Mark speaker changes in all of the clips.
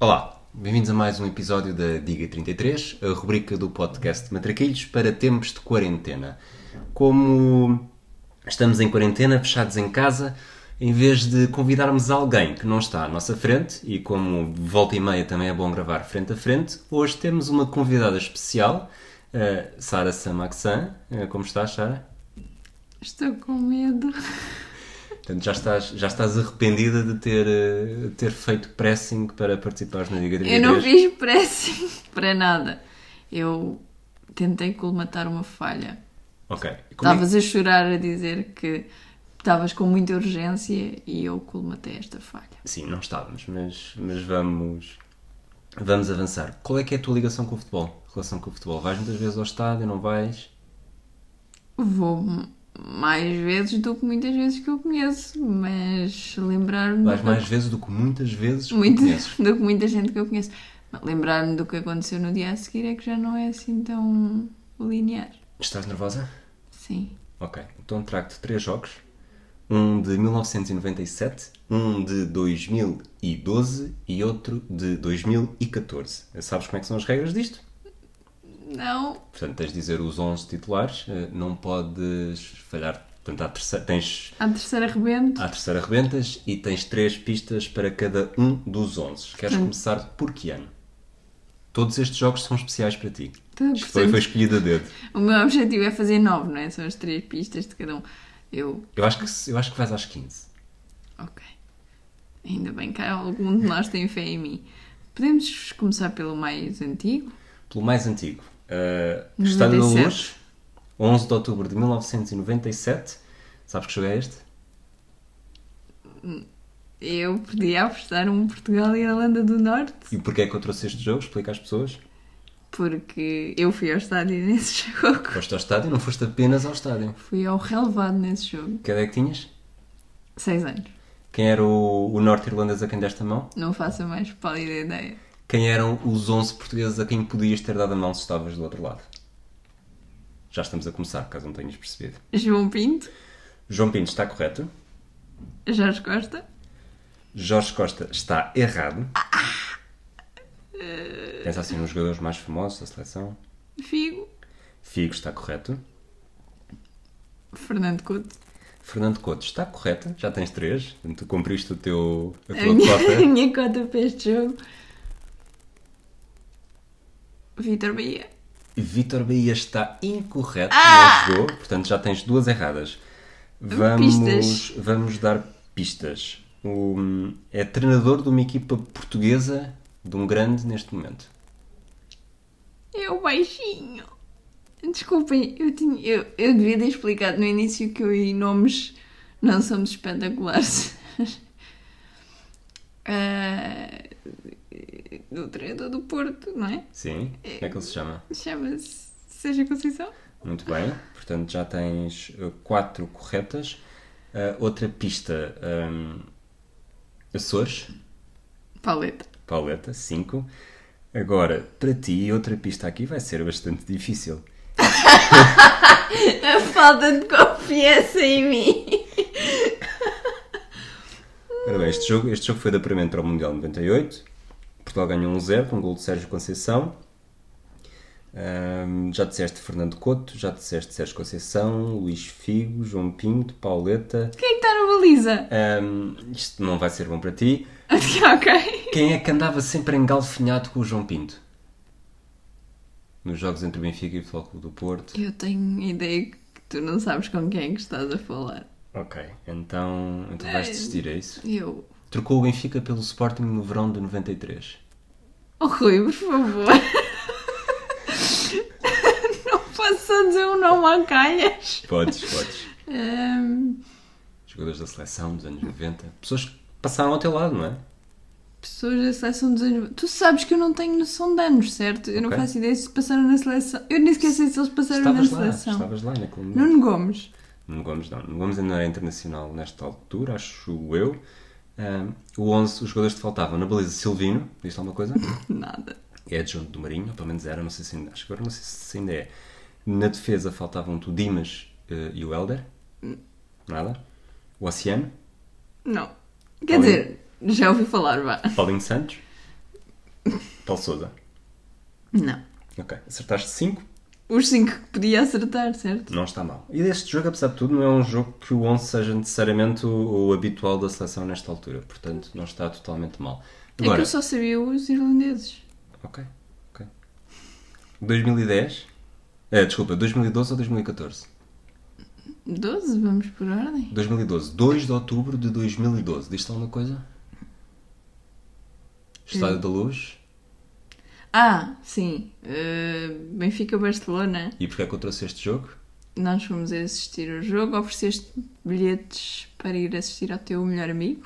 Speaker 1: Olá, bem-vindos a mais um episódio da Diga 33, a rubrica do podcast Matraquilhos para tempos de quarentena. Como estamos em quarentena, fechados em casa, em vez de convidarmos alguém que não está à nossa frente, e como volta e meia também é bom gravar frente a frente, hoje temos uma convidada especial, eh, Sara Samaxan. Eh, como estás, Sara?
Speaker 2: Estou com medo.
Speaker 1: Portanto, já estás, já estás arrependida de ter, eh, de ter feito pressing para participares na Diga 33?
Speaker 2: Eu não fiz pressing para nada. Eu tentei colmatar uma falha.
Speaker 1: Ok. Como é que-
Speaker 2: Estavas a chorar a dizer que estavas com muita urgência e eu colmatei esta falha.
Speaker 1: Sim, não estávamos, mas, mas vamos, vamos avançar. Qual é que é a tua ligação com o futebol? Relação com o futebol? Vais muitas vezes ao estádio, não vais?
Speaker 2: Vou m- mais vezes do que muitas vezes que eu conheço, mas lembrar-me
Speaker 1: Vais
Speaker 2: do-
Speaker 1: mais vezes do que muitas vezes que
Speaker 2: muito-
Speaker 1: conheces.
Speaker 2: do que muita gente que eu conheço. Mas Lembrar-me do que aconteceu no dia a seguir é que já não é assim tão linear.
Speaker 1: Estás nervosa?
Speaker 2: Sim.
Speaker 1: Ok, então trago-te três jogos. Um de 1997, um de 2012 e outro de 2014. Sabes como é que são as regras disto?
Speaker 2: Não,
Speaker 1: Portanto, tens de dizer os 11 titulares, eh, não podes falhar. Portanto, há terceira, tens
Speaker 2: à terceira rebento.
Speaker 1: À terceira arrebentas e tens três pistas para cada um dos 11. Queres começar por que ano? Todos estes jogos são especiais para ti.
Speaker 2: Tá,
Speaker 1: Isto foi, foi escolhido a dedo.
Speaker 2: O meu objetivo é fazer nove, não é? São as três pistas de cada um. Eu,
Speaker 1: Eu acho que, se- eu acho que vais às 15.
Speaker 2: ok. Ainda bem que algum de nós tem fé em mim. Podemos começar pelo mais antigo?
Speaker 1: Pelo mais antigo, uh, Estádio da
Speaker 2: 97.
Speaker 1: Luz, 11 de outubro de 1997. Sabes que jogo é este?
Speaker 2: Eu podia apostar um Portugal e Irlanda do Norte,
Speaker 1: E porquê é que eu trouxe este jogo? Explica às pessoas.
Speaker 2: porque eu fui ao estádio nesse jogo.
Speaker 1: Foste ao estádio, não foste apenas ao estádio.
Speaker 2: Fui ao relevado nesse jogo.
Speaker 1: Que idade é que tinhas?
Speaker 2: Seis anos.
Speaker 1: Quem era o, o norte-irlandês a quem deste a mão?
Speaker 2: Não faço a mais pálida ideia.
Speaker 1: Quem eram os 11 portugueses a quem podias ter dado a mão se estavas do outro lado? Já estamos a começar, caso não tenhas percebido.
Speaker 2: João Pinto,
Speaker 1: João Pinto está correto.
Speaker 2: Jorge Costa,
Speaker 1: Jorge Costa está errado. Pensa assim nos jogadores mais famosos da seleção.
Speaker 2: Figo,
Speaker 1: Figo está correto.
Speaker 2: Fernando Couto.
Speaker 1: Fernando Couto está correto. Já tens três. Portanto, Tu cumpriste o teu, a
Speaker 2: A
Speaker 1: tua
Speaker 2: minha, a
Speaker 1: cota.
Speaker 2: minha cota para este jogo. Vitor Bahia.
Speaker 1: Vítor Bahia está incorreto.
Speaker 2: Ah!
Speaker 1: Não jogou. Portanto, já tens duas erradas.
Speaker 2: Pistas.
Speaker 1: Vamos, vamos dar pistas. O- é treinador de uma equipa portuguesa de um grande neste momento.
Speaker 2: É o baixinho. Desculpem, eu, tinha, eu, eu devia ter explicado no início que eu e nomes não somos espetaculares. Ah, do treinador do Porto, não é?
Speaker 1: Sim? Como é que ele se chama?
Speaker 2: Chama-se Seja Conceição.
Speaker 1: Muito bem. Portanto, já tens eh, quatro corretas. Ah, outra pista. hum, Açores.
Speaker 2: Paleta.
Speaker 1: Pauleta, 5. Agora, para ti, outra pista aqui vai ser bastante difícil.
Speaker 2: A falta de confiança em mim.
Speaker 1: Ora bem, este jogo, este jogo foi de apuramento para o Mundial 98. Portugal ganhou 1-0 com um gol de Sérgio Conceição. Ahm, já disseste Fernando Couto, já disseste Sérgio Conceição, Luís Figo, João Pinto, Pauleta.
Speaker 2: Quem está na baliza?
Speaker 1: Ahm, isto não vai ser bom para ti.
Speaker 2: ok.
Speaker 1: Quem é que andava sempre engalfinhado com o João Pinto? Nos jogos entre o Benfica e o Futebol Clube do Porto.
Speaker 2: Eu tenho ideia que tu não sabes com quem é que estás a falar.
Speaker 1: Ok, então, então vais desistir, é isso?
Speaker 2: Eu.
Speaker 1: Trocou o Benfica pelo Sporting no verão de 93.
Speaker 2: Oh, Rui, por favor. não posso só dizer um nome à calhas.
Speaker 1: Podes, podes.
Speaker 2: Ahm,
Speaker 1: jogadores da seleção dos anos 90, pessoas que passaram ao teu lado, não é?
Speaker 2: pessoas da seleção dos anos. Tu sabes que eu não tenho noção de anos, certo? Eu não
Speaker 1: Ok.
Speaker 2: faço ideia se passaram na seleção. Eu nem sequer sei se eles passaram
Speaker 1: Estavas
Speaker 2: na
Speaker 1: lá,
Speaker 2: seleção.
Speaker 1: estavas lá naquele momento.
Speaker 2: Nuno Gomes.
Speaker 1: Nuno Gomes não, Nuno Gomes ainda não era internacional nesta altura, acho eu. Ahm, o 11, os jogadores que faltavam na baliza Silvino, diz alguma coisa?
Speaker 2: Nada.
Speaker 1: É adjunto do Marinho, ou pelo menos era, não sei se ainda, acho que agora não sei se ainda é. Na defesa faltavam o Dimas eh, e o Helder, nada. O Oceano,
Speaker 2: Não. Quer
Speaker 1: Olha.
Speaker 2: dizer, já ouvi falar, vá.
Speaker 1: Paulinho Santos, Paulo Souza.
Speaker 2: Não.
Speaker 1: Ok, acertaste 5,
Speaker 2: Os 5 que podia acertar, certo? É
Speaker 1: não está mal. E este jogo, apesar de tudo, não é um jogo que o 11 seja necessariamente o, o habitual da seleção nesta altura, portanto não está totalmente mal.
Speaker 2: É que
Speaker 1: Agora,
Speaker 2: eu só sabia os irlandeses.
Speaker 1: ok, ok. 2010, eh, desculpa, 2012 ou 2014?
Speaker 2: 12, vamos por ordem.
Speaker 1: 2012, 2 de outubro de 2012, diz-te alguma coisa? Estádio
Speaker 2: Hum.
Speaker 1: da Luz?
Speaker 2: Ah, sim. eh, Benfica-Barcelona.
Speaker 1: E porquê é que eu trouxe este jogo?
Speaker 2: Nós fomos assistir o jogo, ofereceste bilhetes para ir assistir ao teu melhor amigo.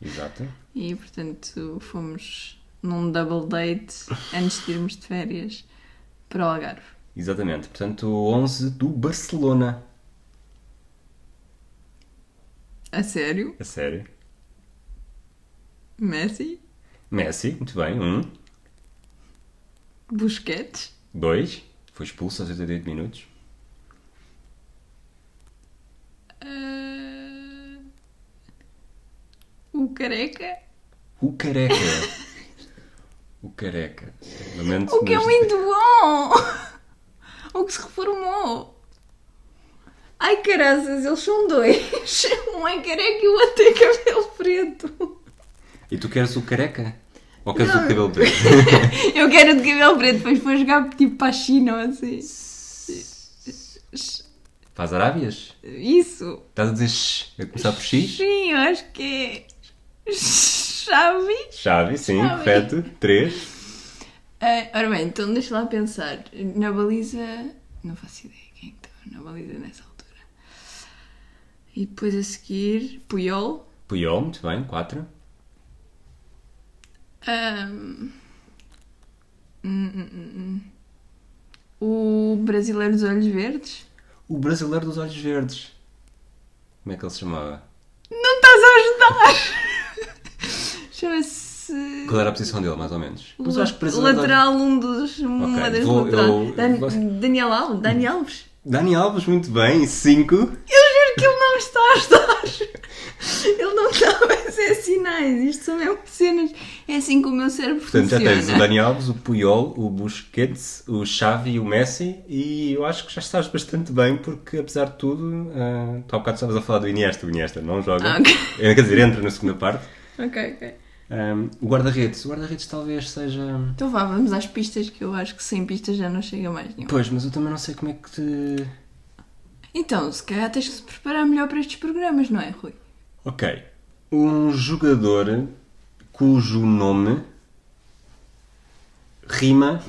Speaker 1: Exato.
Speaker 2: E portanto fomos num double date antes de irmos de férias para o Algarve.
Speaker 1: Exatamente, portanto, 11 do Barcelona.
Speaker 2: A sério?
Speaker 1: A sério?
Speaker 2: Messi?
Speaker 1: Messi, muito bem, um.
Speaker 2: Busquets?
Speaker 1: 2. Foi expulso aos 88 minutos.
Speaker 2: Ah, O Careca?
Speaker 1: O careca. o careca. Lamento,
Speaker 2: O que é
Speaker 1: mas-
Speaker 2: muito bom! O que se reformou! Ai caraças, eles são dois! Um é careca e o outro é cabelo preto!
Speaker 1: E tu queres o careca? Ou queres
Speaker 2: Não.
Speaker 1: o cabelo preto?
Speaker 2: Eu quero de cabelo preto, depois vou jogar tipo para a China ou assim.
Speaker 1: Faz arábias?
Speaker 2: Isso!
Speaker 1: Estás a dizer x? A começar por x?
Speaker 2: Sim, eu acho que é. Xavi?
Speaker 1: Chave, sim,
Speaker 2: Chave.
Speaker 1: correto. 3.
Speaker 2: Ah, ora bem, então deixa lá pensar. Na baliza. Não faço ideia quem é que estava na baliza nessa altura. E depois a seguir, Puyol.
Speaker 1: Puyol, muito bem. 4.
Speaker 2: Ahm, hum, hum, hum, hum. O brasileiro dos olhos verdes?
Speaker 1: O brasileiro dos olhos verdes. Como é que ele se chamava?
Speaker 2: Não estás a ajudar! Chama-se.
Speaker 1: Qual era a posição dele, mais ou menos? Mas eu acho que brasileiro dos olhos-
Speaker 2: lateral, um dos. Uma das
Speaker 1: vou-
Speaker 2: lateral.
Speaker 1: eu-
Speaker 2: Dan-
Speaker 1: vou-
Speaker 2: Daniel Alves? Daniel Alves?
Speaker 1: Dani Alves, muito bem. 5.
Speaker 2: Eu juro que ele não me está a ajudar. Ele não está a fazer sinais. Isto são mesmo cenas. É assim que o meu cérebro
Speaker 1: Portanto, já
Speaker 2: funciona.
Speaker 1: tens o Dani Alves, o Puyol, o Busquets, o Xavi e o Messi e eu acho que já estás bastante bem porque, apesar de tudo, ah, tu há bocado estavas a falar do Iniesta, o Iniesta não joga,
Speaker 2: Ah, ok.
Speaker 1: Eh, quer dizer, entra na segunda parte.
Speaker 2: Ok, ok.
Speaker 1: Ahm, Ah, o guarda-redes, o guarda-redes talvez seja...
Speaker 2: Então vá, vamos às pistas que eu acho que sem pistas já não chega mais nenhum.
Speaker 1: Pois, mas eu também não sei como é que te...
Speaker 2: Então, se calhar tens que se preparar melhor para estes programas, não é, Rui?
Speaker 1: Ok, um jogador cujo nome rima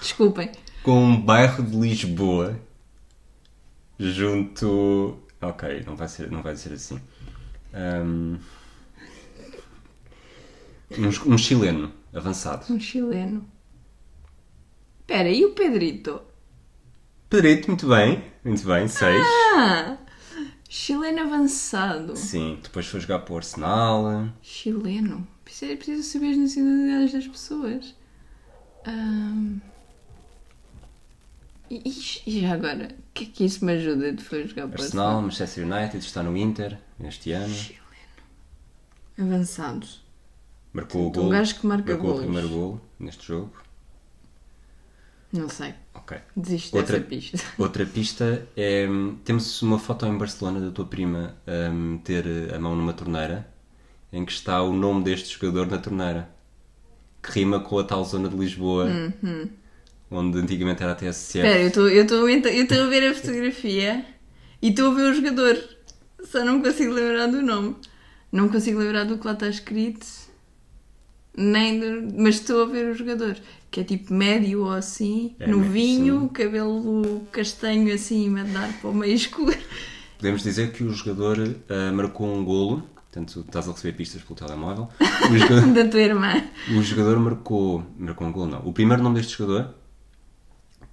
Speaker 2: Desculpem.
Speaker 1: com um bairro de Lisboa junto. Ok, não vai ser, não vai ser assim. Ahm, Um, um chileno avançado.
Speaker 2: Um chileno. Espera, e o Pedrito?
Speaker 1: Pedrito, muito bem, muito bem, seis.
Speaker 2: Ah! Chileno avançado.
Speaker 1: Sim, depois foi jogar para o Arsenal.
Speaker 2: Chileno. Preciso, é preciso saber as nacionalidades das pessoas. Ahm. E, e- e já agora? O que é que isso me ajuda de foi jogar para o
Speaker 1: Arsenal, Manchester United, está no Inter este ano.
Speaker 2: Chileno. Avançados.
Speaker 1: Marcou o
Speaker 2: Portanto, um
Speaker 1: gol.
Speaker 2: gajo que marca
Speaker 1: marcou o
Speaker 2: golos.
Speaker 1: primeiro gol neste jogo.
Speaker 2: Não sei.
Speaker 1: Ok.
Speaker 2: Desisto
Speaker 1: Outra-
Speaker 2: dessa pista.
Speaker 1: Outra pista é. Temos uma foto em Barcelona da tua prima a meter a mão numa torneira em que está o nome deste jogador na torneira que rima com a tal zona de Lisboa onde antigamente era a TSF.
Speaker 2: Espera, eu estou- eu estou a ent- eu estou a ver a fotografia e estou a ver o jogador. Só não me consigo lembrar do nome. Não me consigo lembrar do que lá está escrito. Nem do- mas estou a ver o jogador. Que é tipo médio ou assim,
Speaker 1: É,
Speaker 2: no
Speaker 1: médio,
Speaker 2: vinho,
Speaker 1: sim.
Speaker 2: cabelo castanho assim, a dar para o meio escuro.
Speaker 1: Podemos dizer que o jogador ah, marcou um golo, portanto estás a receber pistas pelo telemóvel. O jogador,
Speaker 2: da tua irmã.
Speaker 1: o Um jogador marcou. Marcou um golo, não. O primeiro nome deste jogador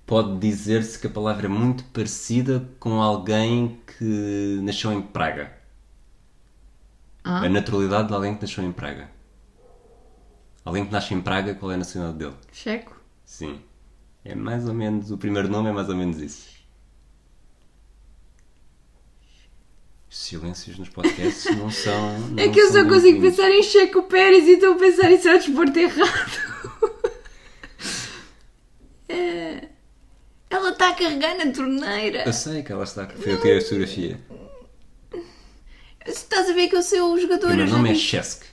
Speaker 1: pode dizer-se que a palavra é muito parecida com alguém que nasceu em Praga.
Speaker 2: Ah,
Speaker 1: A naturalidade de alguém que nasceu em Praga. Alguém que nasce em Praga, qual é a nacionalidade dele?
Speaker 2: checo.
Speaker 1: Sim. É mais ou menos. O primeiro nome é mais ou menos isso. Silêncios nos podcasts não são. Não
Speaker 2: É que eu
Speaker 1: são
Speaker 2: só consigo
Speaker 1: bem-vindos.
Speaker 2: pensar em Checo Pérez e estou a pensar em certo desporto errado. É. Ela está a carregar na torneira.
Speaker 1: Eu sei que ela está. Foi eu tirei a fotografia.
Speaker 2: Se Estás a ver que eu sou o
Speaker 1: O
Speaker 2: jogador.
Speaker 1: meu
Speaker 2: eu já
Speaker 1: nome é
Speaker 2: disse.
Speaker 1: Chesk.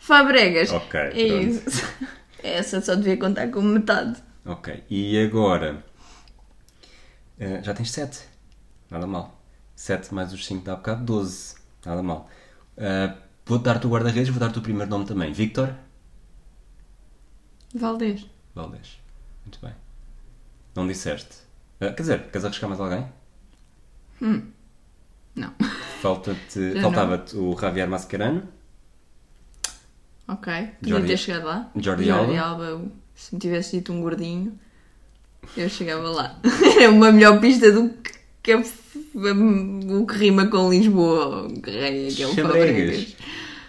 Speaker 2: Fabregas.
Speaker 1: Ok,
Speaker 2: É
Speaker 1: pronto.
Speaker 2: isso. Essa só devia contar com metade.
Speaker 1: Ok. E agora? Eh, já tens 7. Nada mal. 7 mais os 5 dá um bocado 12. Nada mal. Eh, vou dar-te o guarda-redes, vou dar-te o primeiro nome também. Victor
Speaker 2: Valdez.
Speaker 1: Valdez. Muito bem. Não disseste. Eh, quer dizer, queres arriscar mais alguém?
Speaker 2: Hum. Não.
Speaker 1: Falta-te,
Speaker 2: Já
Speaker 1: faltava-te o Javier Mascherano.
Speaker 2: Ok. Podia
Speaker 1: Jordi-
Speaker 2: ter chegado lá.
Speaker 1: Jordi
Speaker 2: Alba. se me tivesse dito um gordinho, eu chegava lá. Era uma melhor pista do que, que a f- a- o que rima com Lisboa. O que é que é o Fabregas.
Speaker 1: Fabregas.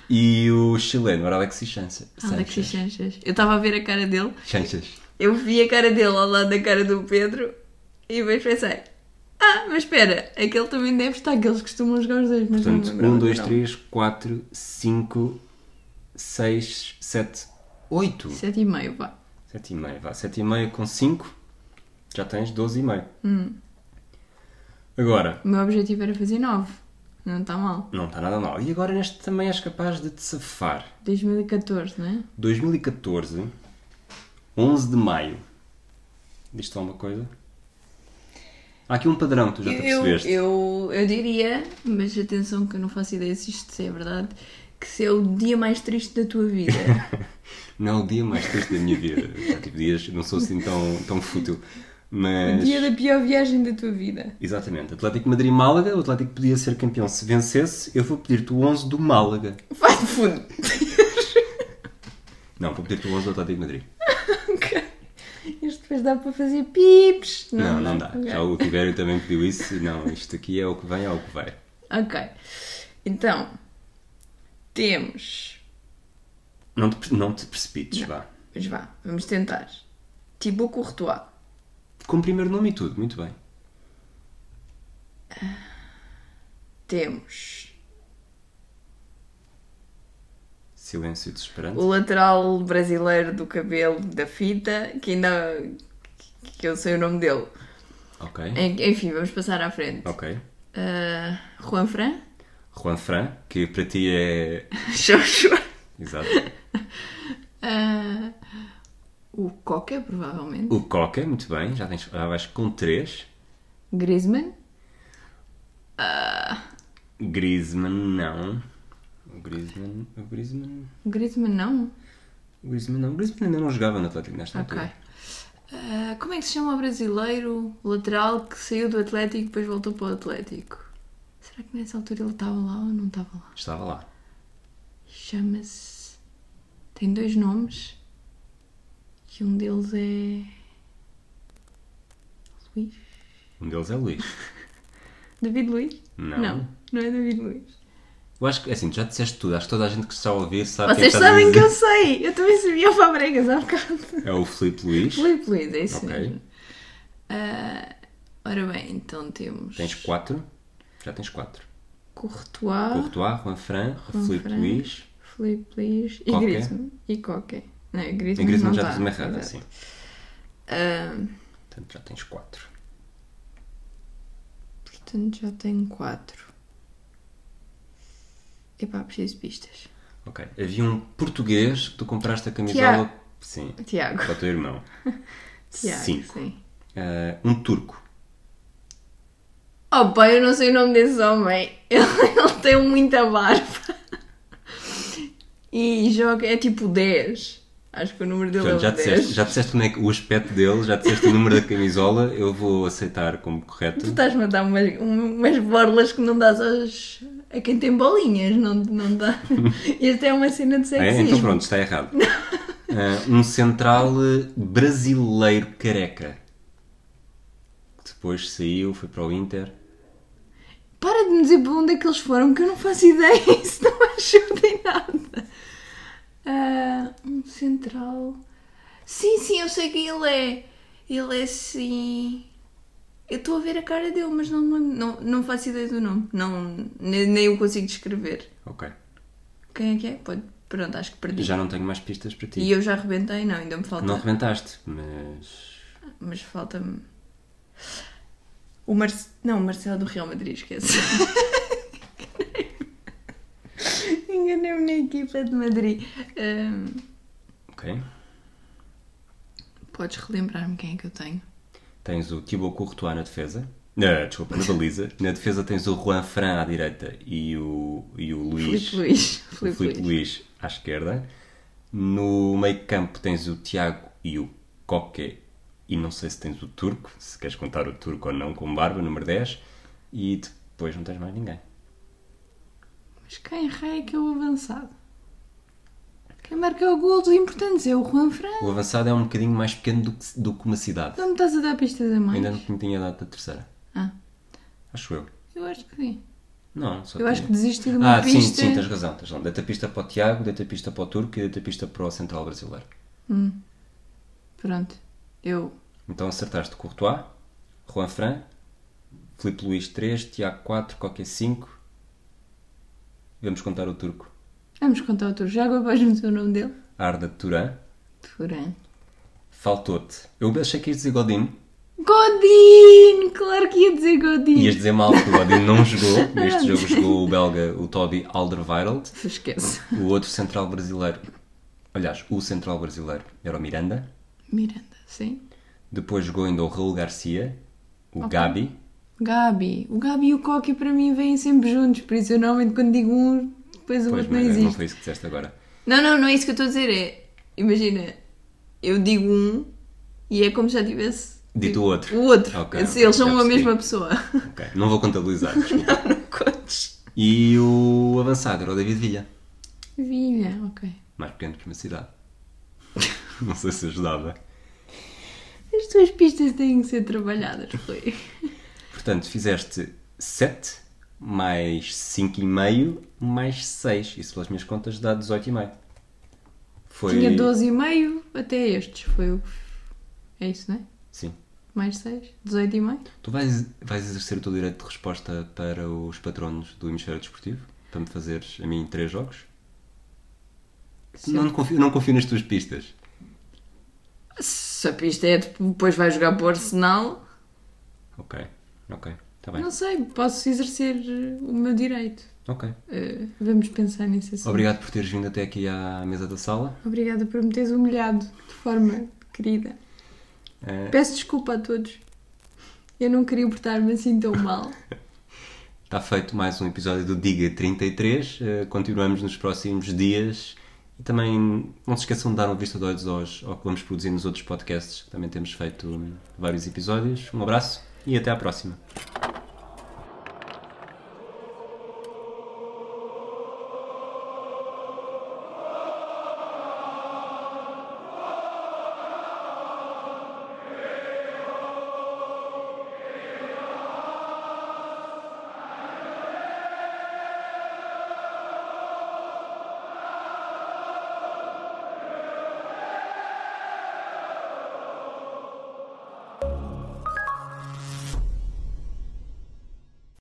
Speaker 1: E o chileno era Alexis Sanchez.
Speaker 2: Alexis Sanches. Eu estava a ver a cara dele.
Speaker 1: Sanchez.
Speaker 2: Eu vi a cara dele ao lado da cara do Pedro e depois pensei... Ah, mas espera, aquele também deve estar, que eles costumam jogar os dois, mas não me
Speaker 1: Portanto,
Speaker 2: lembrava
Speaker 1: 1, 2,
Speaker 2: do
Speaker 1: 3, 4, 5, 6, 7, 8.
Speaker 2: nome. Sete e meio, vá.
Speaker 1: 7 e meio, vá. 7 e meio com 5, já tens 12 e meio.
Speaker 2: Hum.
Speaker 1: Agora,
Speaker 2: O meu objetivo era fazer nove. Não está mal.
Speaker 1: não está nada mal. E agora neste também és capaz de te safar.
Speaker 2: 2014, não é?
Speaker 1: 2014, 11 de maio. Diz-te alguma coisa? Há aqui um padrão que tu já te
Speaker 2: Eu,
Speaker 1: percebeste.
Speaker 2: eu, eu diria, mas atenção que eu não faço ideia se isto é verdade, que se é o dia mais triste da tua vida.
Speaker 1: Não é o dia mais triste da minha vida. Já tive dias, não sou assim tão, tão fútil.
Speaker 2: o
Speaker 1: Mas.
Speaker 2: dia da pior viagem da tua vida.
Speaker 1: Exatamente. Atlético Madrid-Málaga, o Atlético podia ser campeão se vencesse. Eu vou pedir-te o 11 do Málaga.
Speaker 2: Vai de fundo.
Speaker 1: Não, vou pedir-te o 11 do Atlético Madrid.
Speaker 2: Isto depois dá para fazer pips.
Speaker 1: Não, não, dá.
Speaker 2: Ok.
Speaker 1: Já o Tibério também pediu isso. e Não, isto aqui é o que vem, é o que vai.
Speaker 2: Ok. Então, temos.
Speaker 1: Não te, não te precipites, vá.
Speaker 2: Mas vá, vamos tentar. Thibaut Courtois.
Speaker 1: Com o primeiro nome e tudo, muito bem.
Speaker 2: Temos
Speaker 1: Silêncio desesperante.
Speaker 2: o lateral brasileiro do cabelo da fita, que ainda. que eu sei o nome dele.
Speaker 1: Ok.
Speaker 2: En- É Enfim, vamos passar à frente.
Speaker 1: Ok.
Speaker 2: Uh, Juan Fran?
Speaker 1: Juan Fran, que para ti é.
Speaker 2: Xoxo.
Speaker 1: Exato.
Speaker 2: Uh, o Coca, provavelmente.
Speaker 1: O Coca, muito bem. Já, tens, já vais com 3.
Speaker 2: Griezmann?
Speaker 1: Griezmann, não. O Griezmann. O Griezmann.
Speaker 2: Griezmann não?
Speaker 1: O Griezmann não. O Griezmann ainda não jogava no Atlético nesta
Speaker 2: Ok.
Speaker 1: altura.
Speaker 2: Uh, como é que se chama o brasileiro lateral que saiu do Atlético e depois voltou para o Atlético? Será que nessa altura ele estava lá ou não estava lá?
Speaker 1: Estava lá.
Speaker 2: Chama-se. Tem dois nomes. E um deles é. Luís?
Speaker 1: Um deles é o Luís.
Speaker 2: David Luís?
Speaker 1: Não.
Speaker 2: Não, não é David Luís.
Speaker 1: Eu acho que, assim, tu já disseste tudo. Acho que toda a gente que está a ouvir sabe quem
Speaker 2: Vocês
Speaker 1: estás a
Speaker 2: sabem que
Speaker 1: Tá dizer.
Speaker 2: eu sei! Eu também sabia o Fabregas há bocado.
Speaker 1: É o Filipe Luís.
Speaker 2: Filipe Luís, é isso
Speaker 1: Ok.
Speaker 2: mesmo. Ah, ora bem, então temos
Speaker 1: Tens 4. Já tens 4.
Speaker 2: Courtois,
Speaker 1: Courtois, Juan Fran,
Speaker 2: Ah. Juan
Speaker 1: Filipe
Speaker 2: Fran,
Speaker 1: Luís.
Speaker 2: Filipe Luís e
Speaker 1: Coque.
Speaker 2: Griezmann. E Coque. Não, Griezmann,
Speaker 1: Em Griezmann
Speaker 2: não
Speaker 1: já
Speaker 2: tá,
Speaker 1: tens uma errada,
Speaker 2: exato.
Speaker 1: sim.
Speaker 2: Ah,
Speaker 1: Portanto, já tens 4.
Speaker 2: portanto, já tenho quatro. Epá, preciso de pistas.
Speaker 1: Ok. Havia um português que tu compraste a camisola.
Speaker 2: Tiago.
Speaker 1: Sim.
Speaker 2: Tiago.
Speaker 1: Para o teu irmão.
Speaker 2: Tiago,
Speaker 1: 5.
Speaker 2: sim.
Speaker 1: um turco.
Speaker 2: Oh pai, eu não sei o nome desse homem. Ele, ele tem muita barba. E joga, é tipo 10. Acho que o número dele
Speaker 1: Portanto,
Speaker 2: é
Speaker 1: já
Speaker 2: o 10.
Speaker 1: disseste, já disseste como é que- o aspecto dele, já disseste o número da camisola, eu vou aceitar como correto.
Speaker 2: Tu estás-me a dar umas, um- umas borlas que não dás aos, a quem tem bolinhas, não, não dá. Esta é uma cena de
Speaker 1: É?
Speaker 2: sexismo.
Speaker 1: Então pronto, está errado. Ah, um central eh, brasileiro careca. Que depois saiu, foi para o Inter.
Speaker 2: Para de me dizer para onde é que eles foram, que eu não faço ideia, isso não ajuda em nada. Ah, um central. Sim, sim, eu sei que ele é. Ele é assim. Eu estou a ver a cara dele, mas não, me lembro- não, não faço ideia do nome. Não, nem, nem o consigo descrever.
Speaker 1: Ok.
Speaker 2: Quem é que é? Pode. Pronto, acho que perdi.
Speaker 1: Já não tenho mais pistas para ti.
Speaker 2: E eu já arrebentei? Não, ainda me falta.
Speaker 1: Não rebentaste, mas.
Speaker 2: Mas falta-me. O Mar... Não, o Marcelo do Real Madrid, esquece. Enganei-me na equipa de Madrid. Ahm,
Speaker 1: Ok.
Speaker 2: podes relembrar-me quem é que eu tenho?
Speaker 1: Tens o Thibaut Courtois na defesa. Não, desculpa, na baliza. Na defesa tens o Juan Fran à direita e o, e o Luís.
Speaker 2: Filipe Luís.
Speaker 1: o
Speaker 2: Filipe
Speaker 1: Filipe
Speaker 2: Luís.
Speaker 1: Luís à esquerda. No meio campo tens o Tiago e o Coque. E não sei se tens o Turco, se queres contar o Turco ou não, com barba, número 10. E depois não tens mais ninguém.
Speaker 2: Mas quem raio é que é o avançado? Quem marca o gol dos importantes é o Juan Fran.
Speaker 1: O avançado é um bocadinho mais pequeno do que, do que uma cidade.
Speaker 2: Não me estás a dar pistas a mais?
Speaker 1: Ainda não me tinha dado a terceira.
Speaker 2: Ah,
Speaker 1: Acho eu.
Speaker 2: eu acho que sim.
Speaker 1: Não, só
Speaker 2: Eu acho que
Speaker 1: tinha.
Speaker 2: desisti de uma
Speaker 1: Ah, sim,
Speaker 2: pista.
Speaker 1: sim, tens razão, tens razão. Deita pista para o Tiago, deita pista para o Turco e deita pista para o Central Brasileiro.
Speaker 2: Pronto. Eu
Speaker 1: Então acertaste Courtois, Juan Fran, Filipe Luís 3, Tiago 4, Coque 5. Vamos contar o turco.
Speaker 2: Vamos contar o teu jogo, vais-me dizer o nome dele.
Speaker 1: Arda Turan.
Speaker 2: Turan.
Speaker 1: Faltou-te. Eu achei que ias dizer Godin.
Speaker 2: Godin! Claro que ia dizer Godin.
Speaker 1: Ias dizer mal, porque o Godin não jogou. Neste jogo jogou o belga, o Toby Alderweireld.
Speaker 2: Esquece.
Speaker 1: O outro central brasileiro, aliás, o central brasileiro era o Miranda.
Speaker 2: Miranda, sim.
Speaker 1: Depois jogou ainda o Raul Garcia, o Gabi.
Speaker 2: Gabi. O Gabi e o Coque para mim vêm sempre juntos, por isso eu normalmente quando digo um, depois o
Speaker 1: Pois,
Speaker 2: outro não
Speaker 1: mas é, não
Speaker 2: existe.
Speaker 1: foi isso que disseste agora.
Speaker 2: Não, não, não é isso que eu estou a dizer. É, imagina, eu digo um e é como se já tivesse.
Speaker 1: Dito o outro.
Speaker 2: O outro.
Speaker 1: Ok,
Speaker 2: Assim,
Speaker 1: ok,
Speaker 2: Eles
Speaker 1: já
Speaker 2: são a
Speaker 1: percebi.
Speaker 2: mesma pessoa.
Speaker 1: Ok, não vou contabilizar, desculpa.
Speaker 2: Não, não contes.
Speaker 1: E o avançado era o David Villa,
Speaker 2: Vinha, ok.
Speaker 1: mais pequeno que uma cidade. Não sei se ajudava.
Speaker 2: As tuas pistas têm que ser trabalhadas, Rui.
Speaker 1: Portanto, fizeste 7 mais 5,5 mais 6. Isso pelas minhas contas dá 18,5. Foi.
Speaker 2: Tinha 12,5 até estes. Foi o. É isso, não é?
Speaker 1: Sim.
Speaker 2: Mais 6? 18,5?
Speaker 1: Tu vais, vais exercer o teu direito de resposta para os patronos do Hemisfério Desportivo? Para me fazeres a mim 3 jogos? Não, te confio, não confio nas tuas pistas.
Speaker 2: Se a pista é depois vai jogar para o Arsenal,
Speaker 1: Ok, ok, está bem.
Speaker 2: não sei, posso exercer eh, o meu direito.
Speaker 1: Ok.
Speaker 2: Eh, vamos pensar nisso assim.
Speaker 1: Obrigado por teres vindo até aqui à mesa da sala.
Speaker 2: Obrigada por me teres humilhado de forma querida.
Speaker 1: Eh,
Speaker 2: Peço desculpa a todos. Eu não queria portar-me assim tão mal.
Speaker 1: Está feito mais um episódio do Diga 33. Eh, Continuamos nos próximos dias. E também não se esqueçam de dar um visto de olhos aos, ao que vamos produzir nos outros podcasts. Também temos feito hum, vários episódios. Um abraço e até à próxima.